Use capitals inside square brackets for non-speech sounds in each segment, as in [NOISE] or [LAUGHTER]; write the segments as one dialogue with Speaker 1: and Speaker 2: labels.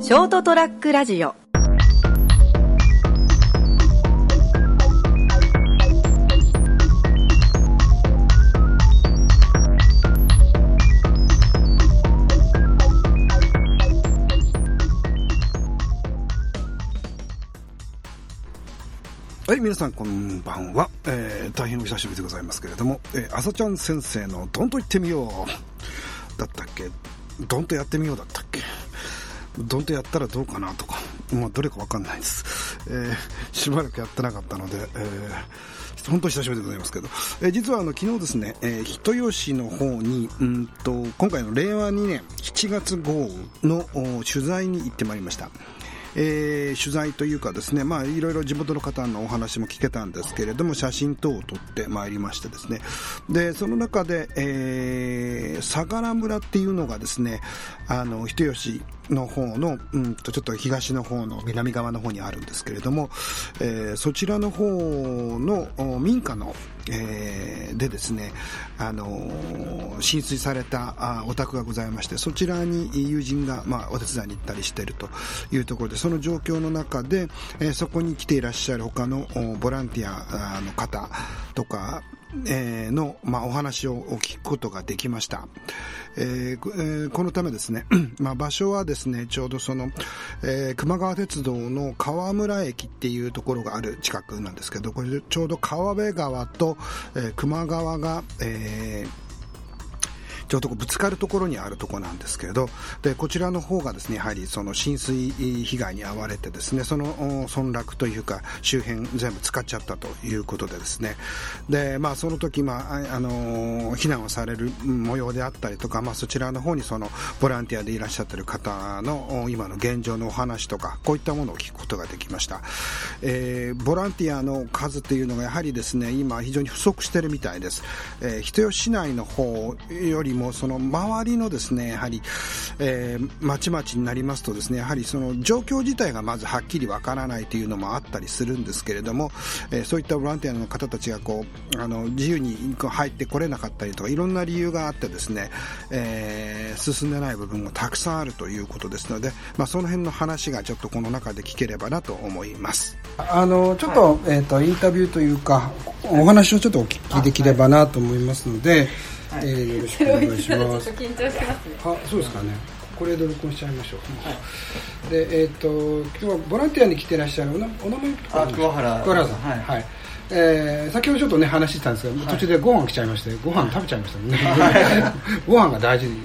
Speaker 1: ショートトラックラジオ
Speaker 2: はい、皆さんこんばんは。えー大変お久しぶりでございますけれども、えー、朝ちゃん先生のどんと言ってみよう。だったっけどんとやってみようだったっけどんとやったらどうかなとか、もうどれかわかんないです。えーしばらくやってなかったので、えー本当久しぶりでございますけど、えー実はあの昨日ですね、えー人吉の方に、うんと、今回の令和2年7月号のお取材に行ってまいりました。えー取材というかですね、まあ、いろいろ地元の方のお話も聞けたんですけれども写真等を撮ってまいりましてですねでその中で、えー、相良村っていうのがですねあの人吉の方の、うんと、ちょっと東の方の南側の方にあるんですけれども、えーそちらの方のお民家の、えーでですね、あのー浸水されたあーお宅がございましてそちらに友人が、まあ、お手伝いに行ったりしているというところでその状況の中で、えーそこに来ていらっしゃる他のおボランティアあーの方とかえーの、まあ、お話を聞くことができました、えーこえーこのためですね、 [CLEARS THROAT] まあ、場所はですねちょうどその、えー熊川鉄道の川村駅っていうところがある近くなんですけどこれちょうど川辺川と、えー熊川が、えーちょうどこうぶつかるところにあるところなんですけれどでこちらの方がですねやはりその浸水被害に遭われてですねそのお村落というか周辺全部使っちゃったということでですねで、まあ、その時、まあああのー避難をされるうん模様であったりとか、まあ、そちらの方にそのボランティアでいらっしゃってる方のお今の現状のお話とかこういったものを聞くことができました、えーボランティアの数というのがやはりですね今非常に不足してるみたいです、えー人吉市内の方よりもその周りのですねやはり、えー、町々になりますとですねやはりその状況自体がまずはっきりわからないというのもあったりするんですけれども、えーそういったボランティアの方たちがこうあの自由にこう入ってこれなかったりとかいろんな理由があってですね、えー進んでない部分もたくさんあるということですので、まあ、その辺の話がちょっとこの中で聞ければなと思います。あのちょっと,、えっとインタビューというかお話をちょっとお聞きできればなと思いますので、えよろしくお願いします。
Speaker 3: 緊張してますね。
Speaker 2: あそうですかねこれで録音しちゃいましょう、でえっ、と今日はボランティアに来てらっしゃるおなお名前とかあるんですか
Speaker 4: あ桑原
Speaker 2: 桑原さんは、
Speaker 4: はいい
Speaker 2: えー先ほどちょっとね話してたんですけど、途中でご飯来ちゃいましてご飯食べちゃいましたもんね、 [LAUGHS] ご飯が大事 [LAUGHS]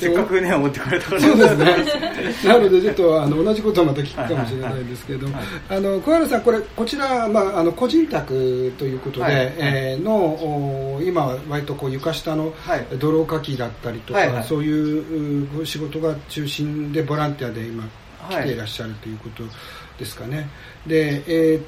Speaker 4: せっかくね、持ってこれたから。
Speaker 2: そうですね。 [LAUGHS] なのでちょっとあの同じことをまた聞くかもしれないんですけど、あの小原さんこれこちらまああの個人宅ということで、
Speaker 4: はい
Speaker 2: えーのお今は割とこう床下の
Speaker 4: はい
Speaker 2: 泥かきだったりとか、
Speaker 4: はいはい
Speaker 2: そういうう仕事が中心でボランティアで今来ていらっしゃるということですかね。でえっ、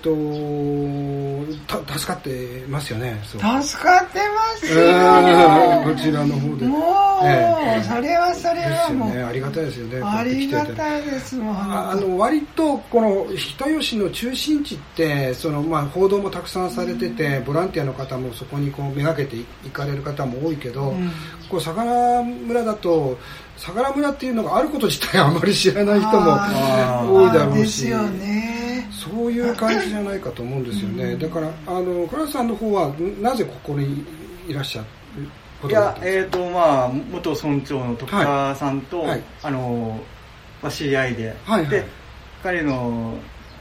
Speaker 2: とた助かってますよね。そう。
Speaker 5: 助かってますよ
Speaker 2: あ [LAUGHS] ーこちらの方で。
Speaker 5: もう、
Speaker 2: ええ
Speaker 5: それはそれ
Speaker 2: です
Speaker 5: は
Speaker 2: よ
Speaker 5: もう、
Speaker 2: ね。ありがたいですよね。こうや
Speaker 5: あ
Speaker 2: って来て
Speaker 5: り
Speaker 2: いただ
Speaker 5: が
Speaker 2: いて
Speaker 5: たいですもう
Speaker 2: ああの割とこの人吉の中心地ってそのまあ報道もたくさんされてて、ボランティアの方もそこにこうめがけてい行かれる方も多いけど、
Speaker 5: うん
Speaker 2: こう相良村だと相良村っていうのがあること自体あまり知らない人も
Speaker 5: あー
Speaker 2: 多いだろうし
Speaker 5: ですよね
Speaker 2: そういう感じじゃないかと思うんですよね、だからあの倉田さんの方はなぜここにいらっしゃるこ
Speaker 4: い
Speaker 2: とになっ
Speaker 4: や
Speaker 2: た、んです
Speaker 4: えっ、と、まあ、元村長の徳川さんと、
Speaker 2: はいはい
Speaker 4: あの、まあ、知り合いで、
Speaker 2: はいはい
Speaker 4: で、彼の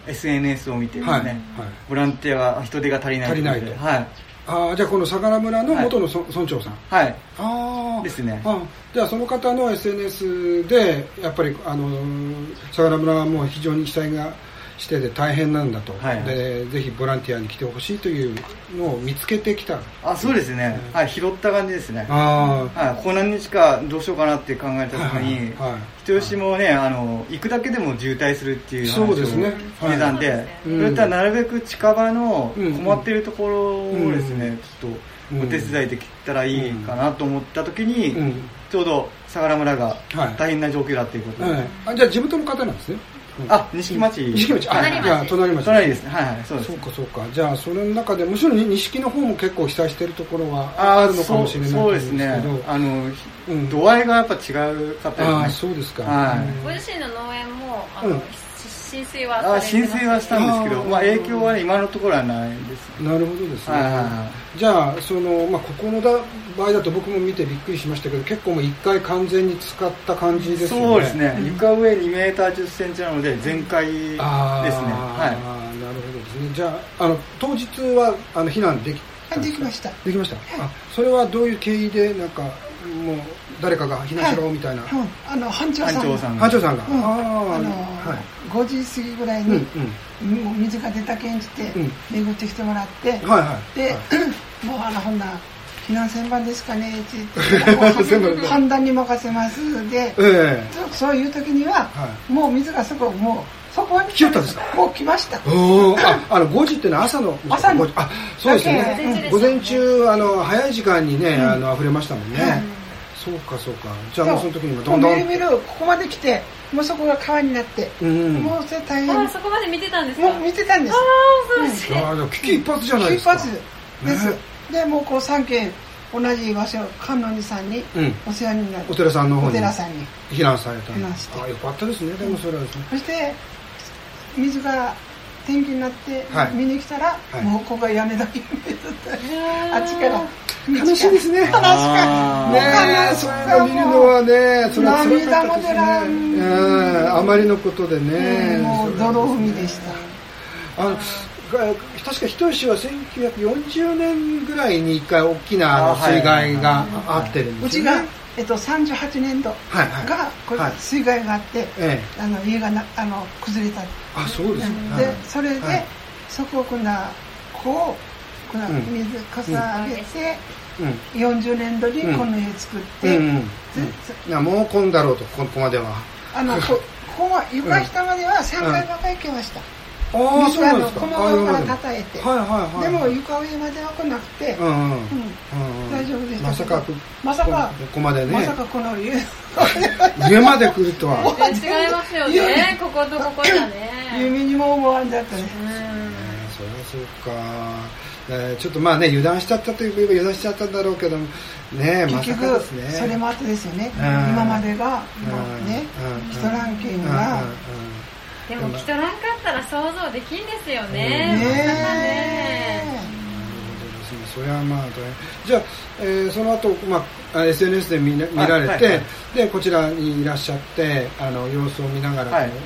Speaker 4: SNS を見てです
Speaker 2: か、はい
Speaker 4: ね、
Speaker 2: はい、
Speaker 4: ボランティアが人手が足りないとうこと
Speaker 2: 足り
Speaker 4: で
Speaker 2: ない
Speaker 4: はい。
Speaker 2: あーじゃあこの相良村の元のそ村長さん
Speaker 4: はい。
Speaker 2: ああ
Speaker 4: ですね
Speaker 2: あじゃあその方の SNS でやっぱりあの相良村はもう非常に被災がしてて大変なんだと、
Speaker 4: はい
Speaker 2: でぜひボランティアに来てほしいというのを見つけてきた
Speaker 4: あ、そうですね。はい、拾った感じですね。
Speaker 2: あ
Speaker 4: はい、ここ何日かどうしようかなって考えた
Speaker 2: あ
Speaker 4: 時に、
Speaker 2: は
Speaker 4: 人吉もね、あの、行くだけでも渋滞するっていう話
Speaker 2: そう
Speaker 4: を
Speaker 2: ですねはい
Speaker 4: 出たんで、
Speaker 2: う
Speaker 4: そ
Speaker 2: ん
Speaker 4: れだったらなるべく近場の
Speaker 2: うん
Speaker 4: 困ってるところをです
Speaker 2: う
Speaker 4: ね、ちょっ
Speaker 2: うん
Speaker 4: とお手伝いできたらいいかなと思った時
Speaker 2: い、う
Speaker 4: に、
Speaker 2: ん
Speaker 4: ちょうど相良村が
Speaker 2: はい
Speaker 4: 大変な状況だっていうことで、
Speaker 2: はい、あじゃあ地元の方なんですね
Speaker 4: あ、錦町。
Speaker 3: 錦町あ
Speaker 6: 隣町
Speaker 3: いや隣町
Speaker 4: 隣ですね。はいはい、そうです
Speaker 3: そ。うかそうかじゃあそれの中でむしろに錦の方も結構被災してるところがあるのかもしれないと
Speaker 4: そ
Speaker 3: 思ん
Speaker 4: うそう
Speaker 3: で
Speaker 4: です
Speaker 3: す
Speaker 4: ね
Speaker 3: けど。
Speaker 4: あの、
Speaker 3: うん
Speaker 4: 度合いがやっぱ違うかった
Speaker 3: ああ
Speaker 4: です
Speaker 3: そ
Speaker 4: ね。
Speaker 3: うですか、
Speaker 4: はい
Speaker 6: ご自身の農園もあの、
Speaker 3: うん
Speaker 6: し浸水は
Speaker 4: あ
Speaker 6: されて
Speaker 4: 浸
Speaker 6: ます
Speaker 4: 水はしたんですけど、
Speaker 3: あー
Speaker 4: まあ影響は今のところはないです。
Speaker 3: なるほどですね、
Speaker 4: はいはいは
Speaker 3: じゃあその、まあ、ここのだ場合だと僕も見てびっくりしましたけど結構もう1回完全に使った感じですよね
Speaker 4: そうですね。床上2メーター10センチなので、全開ですね。
Speaker 3: ああ
Speaker 4: は
Speaker 3: なるほどですねじゃああの当日はあの避難でき
Speaker 5: はい、できました。
Speaker 3: できましたあそれはどういう経緯でなんかもう誰かが避難しろみたいな、
Speaker 5: うん、あの、班
Speaker 4: い。
Speaker 5: 長さん。
Speaker 4: 班長さんが。
Speaker 3: 班長さんが、
Speaker 5: うん、
Speaker 3: あ
Speaker 5: あ
Speaker 3: あ
Speaker 5: の、
Speaker 3: はい
Speaker 5: 5時過ぎぐらい
Speaker 3: うんう
Speaker 5: に、
Speaker 3: ん
Speaker 5: もう水が出たけんじて、
Speaker 3: うん
Speaker 5: 巡ってきてもらって、
Speaker 3: はいはい
Speaker 5: で、
Speaker 3: はい
Speaker 5: もうあの、ほんなら、避難船番ですかねって
Speaker 3: [LAUGHS]
Speaker 5: 言って、もう
Speaker 3: 船番
Speaker 5: 判判断に任せます。で、
Speaker 3: え
Speaker 5: そうそういう時には、
Speaker 3: は
Speaker 5: もう水がそこ、もう、そこに
Speaker 3: 来よったんですか
Speaker 5: もう来ました。
Speaker 3: えおおああの5時ってのは朝の
Speaker 5: 朝の
Speaker 3: 5時あそうですよ
Speaker 5: だけ
Speaker 3: ね午前中あの早い時間にね、あの溢れましたもんね、そうかそうかじゃあもうその時にはどんど
Speaker 5: も
Speaker 3: ん
Speaker 5: うみるみる、ここまで来て、もうそこが川になって、
Speaker 3: うん
Speaker 5: もうそれ大変。
Speaker 6: あ
Speaker 5: も
Speaker 6: あそこまで見てたんですか
Speaker 5: う見てたんです。
Speaker 6: ああそう
Speaker 3: ああでも危機一髪じゃないで
Speaker 5: 一
Speaker 3: すか
Speaker 5: 発です。で、もうこう3件、同じ場所、観音寺さんに
Speaker 3: うん
Speaker 5: お世話になる。
Speaker 3: お寺さんの方
Speaker 5: お
Speaker 3: に
Speaker 5: 寺さんに。
Speaker 3: 避難された
Speaker 5: 避難して
Speaker 3: ああよかったですねでもそれはですね、
Speaker 5: そして、水が天気になって
Speaker 3: はい
Speaker 5: 見に来たら、
Speaker 3: はい
Speaker 5: もうここが屋根だけ見えとった。あっちから。
Speaker 3: 楽しいですね
Speaker 5: 確か
Speaker 4: あー
Speaker 5: に。
Speaker 3: ねえ、そういうの見るのはね、それは辛か
Speaker 5: 涙
Speaker 3: った
Speaker 5: も
Speaker 3: です
Speaker 5: 出らん
Speaker 3: ね。うん、あまりのことでね。
Speaker 5: うんもう泥踏みでした。
Speaker 3: あの、が確か人吉は1940年ぐらいに一回大きなあの
Speaker 4: あはい
Speaker 3: 水害があってるん
Speaker 5: う
Speaker 3: です
Speaker 5: ち
Speaker 3: よね。
Speaker 5: が、えっと、38年度
Speaker 3: はいはい
Speaker 5: が、これ
Speaker 3: はい
Speaker 5: 水害があって、
Speaker 3: ええ。
Speaker 5: あの家がなあの崩れた。
Speaker 3: あ、そうですね。はい
Speaker 5: で、それで、
Speaker 3: はい
Speaker 5: そこをこんな、こう、こんな
Speaker 3: うん
Speaker 5: 水かさ上げて、
Speaker 3: うん
Speaker 5: 40年度に
Speaker 3: うん
Speaker 5: この家作っ
Speaker 3: う
Speaker 5: て、
Speaker 3: んうん。
Speaker 5: ず
Speaker 3: いや、もう混んだろうと、ここまでは。
Speaker 5: あの、こここは床下までは3回ばかり行けました。
Speaker 3: ああ、そうなんです
Speaker 5: の
Speaker 3: か。
Speaker 5: 小
Speaker 3: ああ
Speaker 5: 物か
Speaker 3: 今ま
Speaker 5: ら叩いて。
Speaker 3: ではいはいはい。
Speaker 5: でも床上までは来なくて、
Speaker 3: うんうん、うん
Speaker 5: う
Speaker 3: う
Speaker 5: ん
Speaker 3: ん。
Speaker 5: 大丈夫でした
Speaker 3: まさか、こ
Speaker 5: まさか、
Speaker 3: ここまでね。
Speaker 5: まさかこの家、
Speaker 3: 上まで来るとは。
Speaker 6: 全然違いますよねこことここじゃね
Speaker 5: 夢にも思わんだったね。
Speaker 6: うん
Speaker 3: そりゃそうか、えーちょっとまあね油断しちゃったといえば油断しちゃったんだろうけどねえま
Speaker 5: 結
Speaker 3: さかで
Speaker 5: 局
Speaker 3: すね、
Speaker 5: それもあってですよね。
Speaker 3: うん
Speaker 5: 今までが、
Speaker 3: うん
Speaker 5: もうね
Speaker 3: うん、
Speaker 5: 人ランキング
Speaker 3: う
Speaker 5: が
Speaker 3: んうん、うん
Speaker 6: でもきっとなかったら想像できんですよね
Speaker 5: ね
Speaker 6: まさか
Speaker 5: え
Speaker 6: ね。
Speaker 3: なるほどですねそれはまあ大変じゃあ、えーその後、まああ、SNS で見な見られて、
Speaker 4: はいはい
Speaker 3: でこちらにいらっしゃってあの様子を見ながら、
Speaker 4: はい
Speaker 3: こう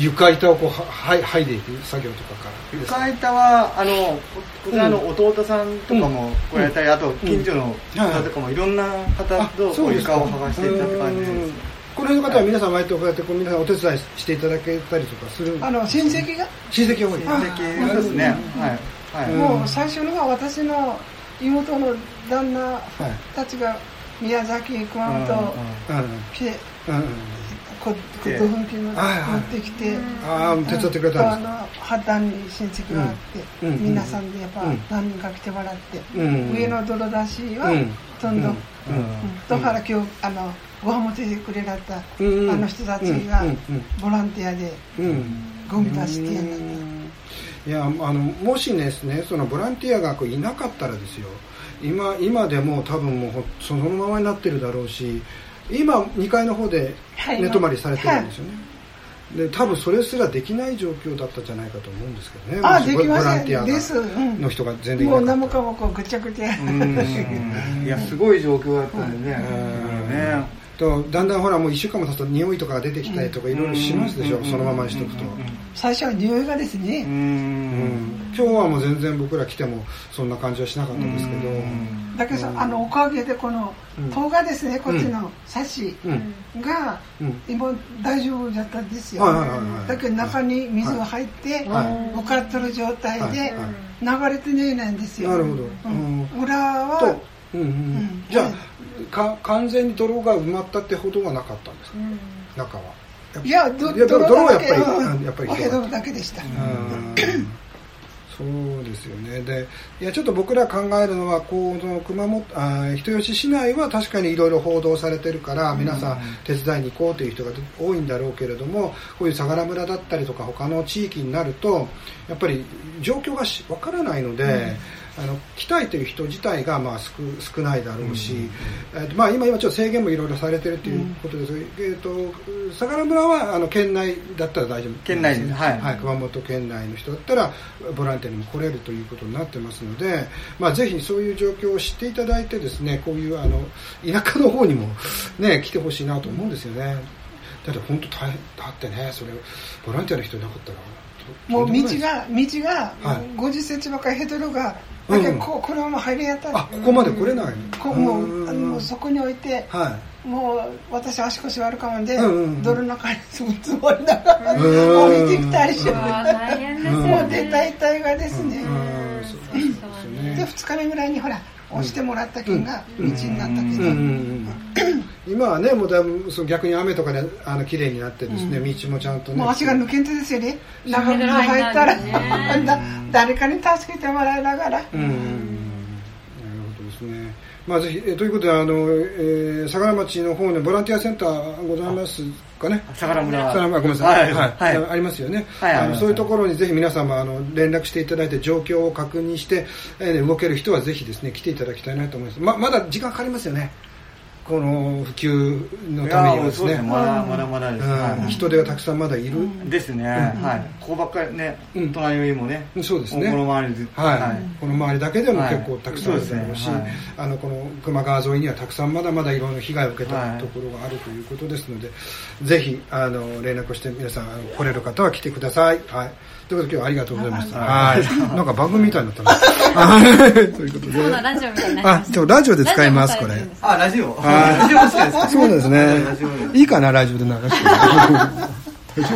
Speaker 3: 床板をこうははい剥いでいく作業とかからです
Speaker 4: 床板は、あの、ここちらの弟さんとかもこうやったり、あと近所の方とかもいろんな方
Speaker 3: あ
Speaker 4: と
Speaker 3: そうですか
Speaker 4: 床を剥がしていったって感じです
Speaker 3: う
Speaker 4: ね
Speaker 3: ん。この辺の方は皆さん割とこうやってこう皆さんお手伝いしていただけたりとかする
Speaker 5: あの親戚が、
Speaker 3: 親戚多い
Speaker 4: 親戚そうですね。はい。はい。
Speaker 3: うん
Speaker 5: もう最初の方は私の妹の旦那
Speaker 3: はい
Speaker 5: たちが宮崎熊本
Speaker 3: うんうん
Speaker 5: 来て
Speaker 3: うんうん
Speaker 5: こ骨董品金を持ってきて
Speaker 3: ああ手伝ってくれた
Speaker 5: あ
Speaker 3: んで
Speaker 5: の破綻に親戚があって、
Speaker 3: うんうん
Speaker 5: 皆さんでやっぱ
Speaker 3: うん
Speaker 5: 何人か来てもらって、
Speaker 3: うん
Speaker 5: 上の泥出し
Speaker 3: す
Speaker 5: は
Speaker 3: か
Speaker 5: どんどん、うん
Speaker 4: うん
Speaker 5: だから今日あのご飯持ってきてくれなった、
Speaker 3: うん
Speaker 5: あの人たちが
Speaker 3: うんうん
Speaker 5: ボランティアで
Speaker 3: うんうん
Speaker 5: ゴミ出してやったっ
Speaker 3: い
Speaker 5: て。
Speaker 3: やあのもしですねそのボランティアがこういなかったらですよ今今でもう多分もうほそのままになってるだろうし今2階の方で
Speaker 5: はい
Speaker 3: 寝泊まりされてるんですよね、で多分それすらできない状況だったじゃないかと思うんですけどね
Speaker 5: ああ
Speaker 3: もし
Speaker 5: できません
Speaker 3: ボランテ
Speaker 5: です、う
Speaker 3: ィア
Speaker 5: ん
Speaker 3: の人が全然いな
Speaker 5: も
Speaker 3: かったら
Speaker 5: う何もかもこうぐちゃぐちゃ、
Speaker 4: うんいや、すごい状況だったんでね。ね
Speaker 3: とだんだんほらもう1週間も経つと匂いとかが出てきたりとかいろいろしますでしょ、
Speaker 4: うん
Speaker 3: そのままにしておくと、うん
Speaker 5: 最初は匂いがですね、
Speaker 4: うん。
Speaker 3: 今日はもう全然僕ら来てもそんな感じはしなかったんですけど、
Speaker 4: うん
Speaker 5: だけどさ、あのおかげでこの
Speaker 3: うん
Speaker 5: 塔がですねこっちのサシ
Speaker 3: うん
Speaker 5: が
Speaker 3: うん
Speaker 5: 今大丈夫だったんですよ、
Speaker 3: はいはいはいはい
Speaker 5: だけど中に水が入って、
Speaker 3: は
Speaker 5: 浮かっとる状態
Speaker 3: はい
Speaker 5: で
Speaker 3: は
Speaker 5: 流れてねえなんですよ
Speaker 3: なるほど、う
Speaker 5: うん
Speaker 3: ん
Speaker 5: 裏
Speaker 3: と
Speaker 5: は、
Speaker 3: うんうん
Speaker 5: ん
Speaker 3: じゃあか完全に泥が埋まったってほどはなかったんですか中は、
Speaker 5: いやど
Speaker 3: いや
Speaker 5: 泥だけ
Speaker 3: 泥はやっぱり
Speaker 5: うん
Speaker 3: やっぱり
Speaker 5: おへどだけでした、
Speaker 3: うん、そうですよねでいやちょっと僕ら考えるのはこうその熊本あー人吉市内は確かにいろいろ報道されてるから皆さん手伝いに行こうという人が多いんだろうけれどもこういう相良村だったりとか他の地域になるとやっぱり状況がしわからないので。あの来たいという人自体がまあ少少ないだろうし、えーとまあ、今今ちょっと制限もいろいろされてるということですが、えー、と相良村はあの県内だったら大丈夫
Speaker 4: 県内ですはい
Speaker 3: はい、熊本県内の人だったらボランティアにも来れるということになってますので、まあ、ぜひそういう状況を知っていただいてですねこういうあの田舎の方にも、ね、来てほしいなと思うんですよね。だって本当大変だってねそれボランティアの人いなかったらと
Speaker 5: もう
Speaker 3: と
Speaker 5: 道
Speaker 3: んでもないです
Speaker 5: が、道が
Speaker 3: はい、
Speaker 5: 50センチばっかりヘドロが、
Speaker 3: う
Speaker 5: だ
Speaker 3: ん
Speaker 5: けどこう、このまま入れやったら
Speaker 3: あここまで来れない
Speaker 5: こも
Speaker 3: うん
Speaker 5: う、あのもうそこに置いて、
Speaker 3: はい
Speaker 5: もう私足腰悪かもんで、
Speaker 3: うんうんうん
Speaker 5: 泥の中に住むつもりだから、
Speaker 3: うん
Speaker 5: 降りてきたりして、も
Speaker 6: わあ大変ですよね。
Speaker 5: う出たいたいがですね、
Speaker 3: うんそう
Speaker 6: そ
Speaker 3: で
Speaker 6: う
Speaker 3: す
Speaker 6: ね。
Speaker 5: で、
Speaker 3: ね
Speaker 5: 2日目ぐらいにほら、押してもらった件が道になったけ
Speaker 3: う
Speaker 5: ど、
Speaker 3: んうんうん今はねもうだいぶそう逆に雨とかであの綺麗になってですね、道もちゃんとね
Speaker 5: もう足が抜けんとですよね、長靴履いた
Speaker 6: シャベルライナ
Speaker 5: ら、
Speaker 6: ーに
Speaker 5: だ誰かに助けてもらいながら、
Speaker 3: うんうんうんなるほどですねまあぜひえということであの、えー、相良町の方にボランティアセンターございますかね
Speaker 4: 相良村は
Speaker 3: 相良ごめんなさい、
Speaker 4: はいはい
Speaker 3: ありますよね、
Speaker 4: はい
Speaker 3: あ
Speaker 4: あ
Speaker 3: の
Speaker 4: ります
Speaker 3: そういうところにぜひ皆様あの連絡していただいて状況を確認して、えー動ける人はぜひですね来ていただきたいなと思いますままだ時間かかりますよねこの普及の
Speaker 4: い
Speaker 3: た
Speaker 4: や
Speaker 3: めにはです
Speaker 4: そう
Speaker 3: ね
Speaker 4: ですねまだまだまだです、
Speaker 3: うん、人手がたくさんまだいる、
Speaker 4: ですね、はいここばっかりね、
Speaker 3: うん
Speaker 4: 隣よりもね、
Speaker 3: うんそうですね
Speaker 4: この周りで、
Speaker 3: はい
Speaker 4: はい
Speaker 3: この周りだけでも
Speaker 4: はい
Speaker 3: 結構たくさんあるだろうし、
Speaker 4: そうですねはい
Speaker 3: あのこの球磨川沿いにはたくさんまだまだいろいろ被害を受けた
Speaker 4: はい
Speaker 3: ところがあるということですので、ぜひあの連絡をして皆さんあの来れる方は来てください。はい、ということで今日はありがとうございました。はい、なんか番組みたいになったな。はいという
Speaker 6: [LAUGHS]
Speaker 3: ことで
Speaker 6: 今日のラジオみたいになりま
Speaker 3: あ
Speaker 6: し
Speaker 3: でもラジオで使います
Speaker 6: ラ
Speaker 3: こ
Speaker 6: ジオも
Speaker 3: れ
Speaker 6: 使えるんで。
Speaker 4: あラジオ、
Speaker 3: はい
Speaker 4: ラジオ好き [LAUGHS] ですか
Speaker 3: そうですね
Speaker 4: ラジオで。
Speaker 3: いいかなラジオで流して。
Speaker 4: ちょっ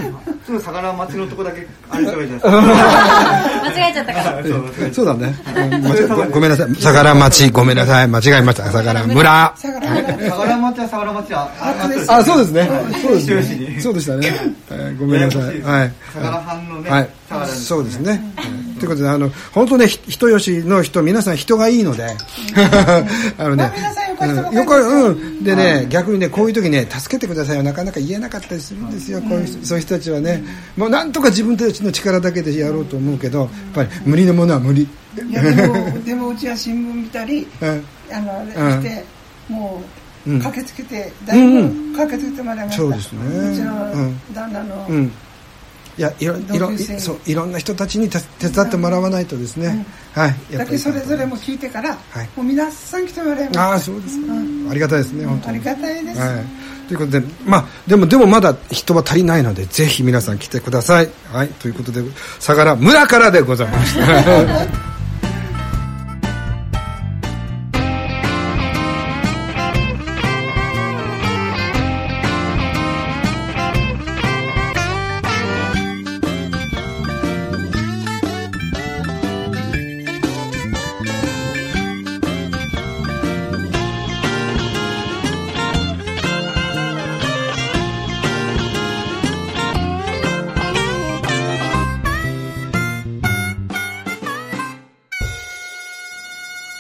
Speaker 4: と魚町のとこだけあれしゃべりじゃない
Speaker 6: た。間違えちゃったから。
Speaker 4: ですかそう
Speaker 2: [LAUGHS] そうだね。うん間違えごごめんなさい。相良町、ごめんなさい。間違えました。相良村。
Speaker 5: 相良村
Speaker 4: 相良町は相良町はあと
Speaker 2: あ、そうですね。そうです
Speaker 4: 終始
Speaker 2: ね。[LAUGHS]
Speaker 4: に
Speaker 2: そうでしたね。はいごめんなさい。はい。
Speaker 4: 相良藩のね、
Speaker 2: はい
Speaker 4: 相良。です
Speaker 2: そうですね。ということで、あの、本当ね、ひ人吉の人、皆さん人がいいので、 [LAUGHS] あのね
Speaker 5: まあ皆さんよかったばかりです
Speaker 2: よかうん。でね、逆にね、こういう時ね、助けてくださいはなかなか言えなかったりするんですよ、こういう人、そういう人たちはね。もうなんとか自分たちの力だけでやろうと思うけど、やっぱり無理のものは無理。
Speaker 5: いやでも、でもうちは新聞見たり、
Speaker 2: うん
Speaker 5: あの、
Speaker 2: ん
Speaker 5: して、も
Speaker 2: うん
Speaker 5: う、駆けつけて、だい
Speaker 2: うん
Speaker 5: ぶ駆けつけてもらいました。
Speaker 2: そうですね
Speaker 5: うち
Speaker 2: うん
Speaker 5: の旦那の、
Speaker 2: うん、いやいろいろ
Speaker 5: 同
Speaker 2: い
Speaker 5: 級生
Speaker 2: そういろんな人たちに手手伝ってもらわないとですね、はいや
Speaker 5: だ
Speaker 2: っぱり
Speaker 5: けそれぞれも聞いてから、
Speaker 2: い
Speaker 5: もう皆さん来てもらいました。
Speaker 2: ああそうですか、ありがたいですね本当
Speaker 5: あ
Speaker 2: に
Speaker 5: りがたいです。
Speaker 2: はい、ということでまあでもでもまだ人は足りないのでぜひ皆さん来てくださいはいということで相良村からでございました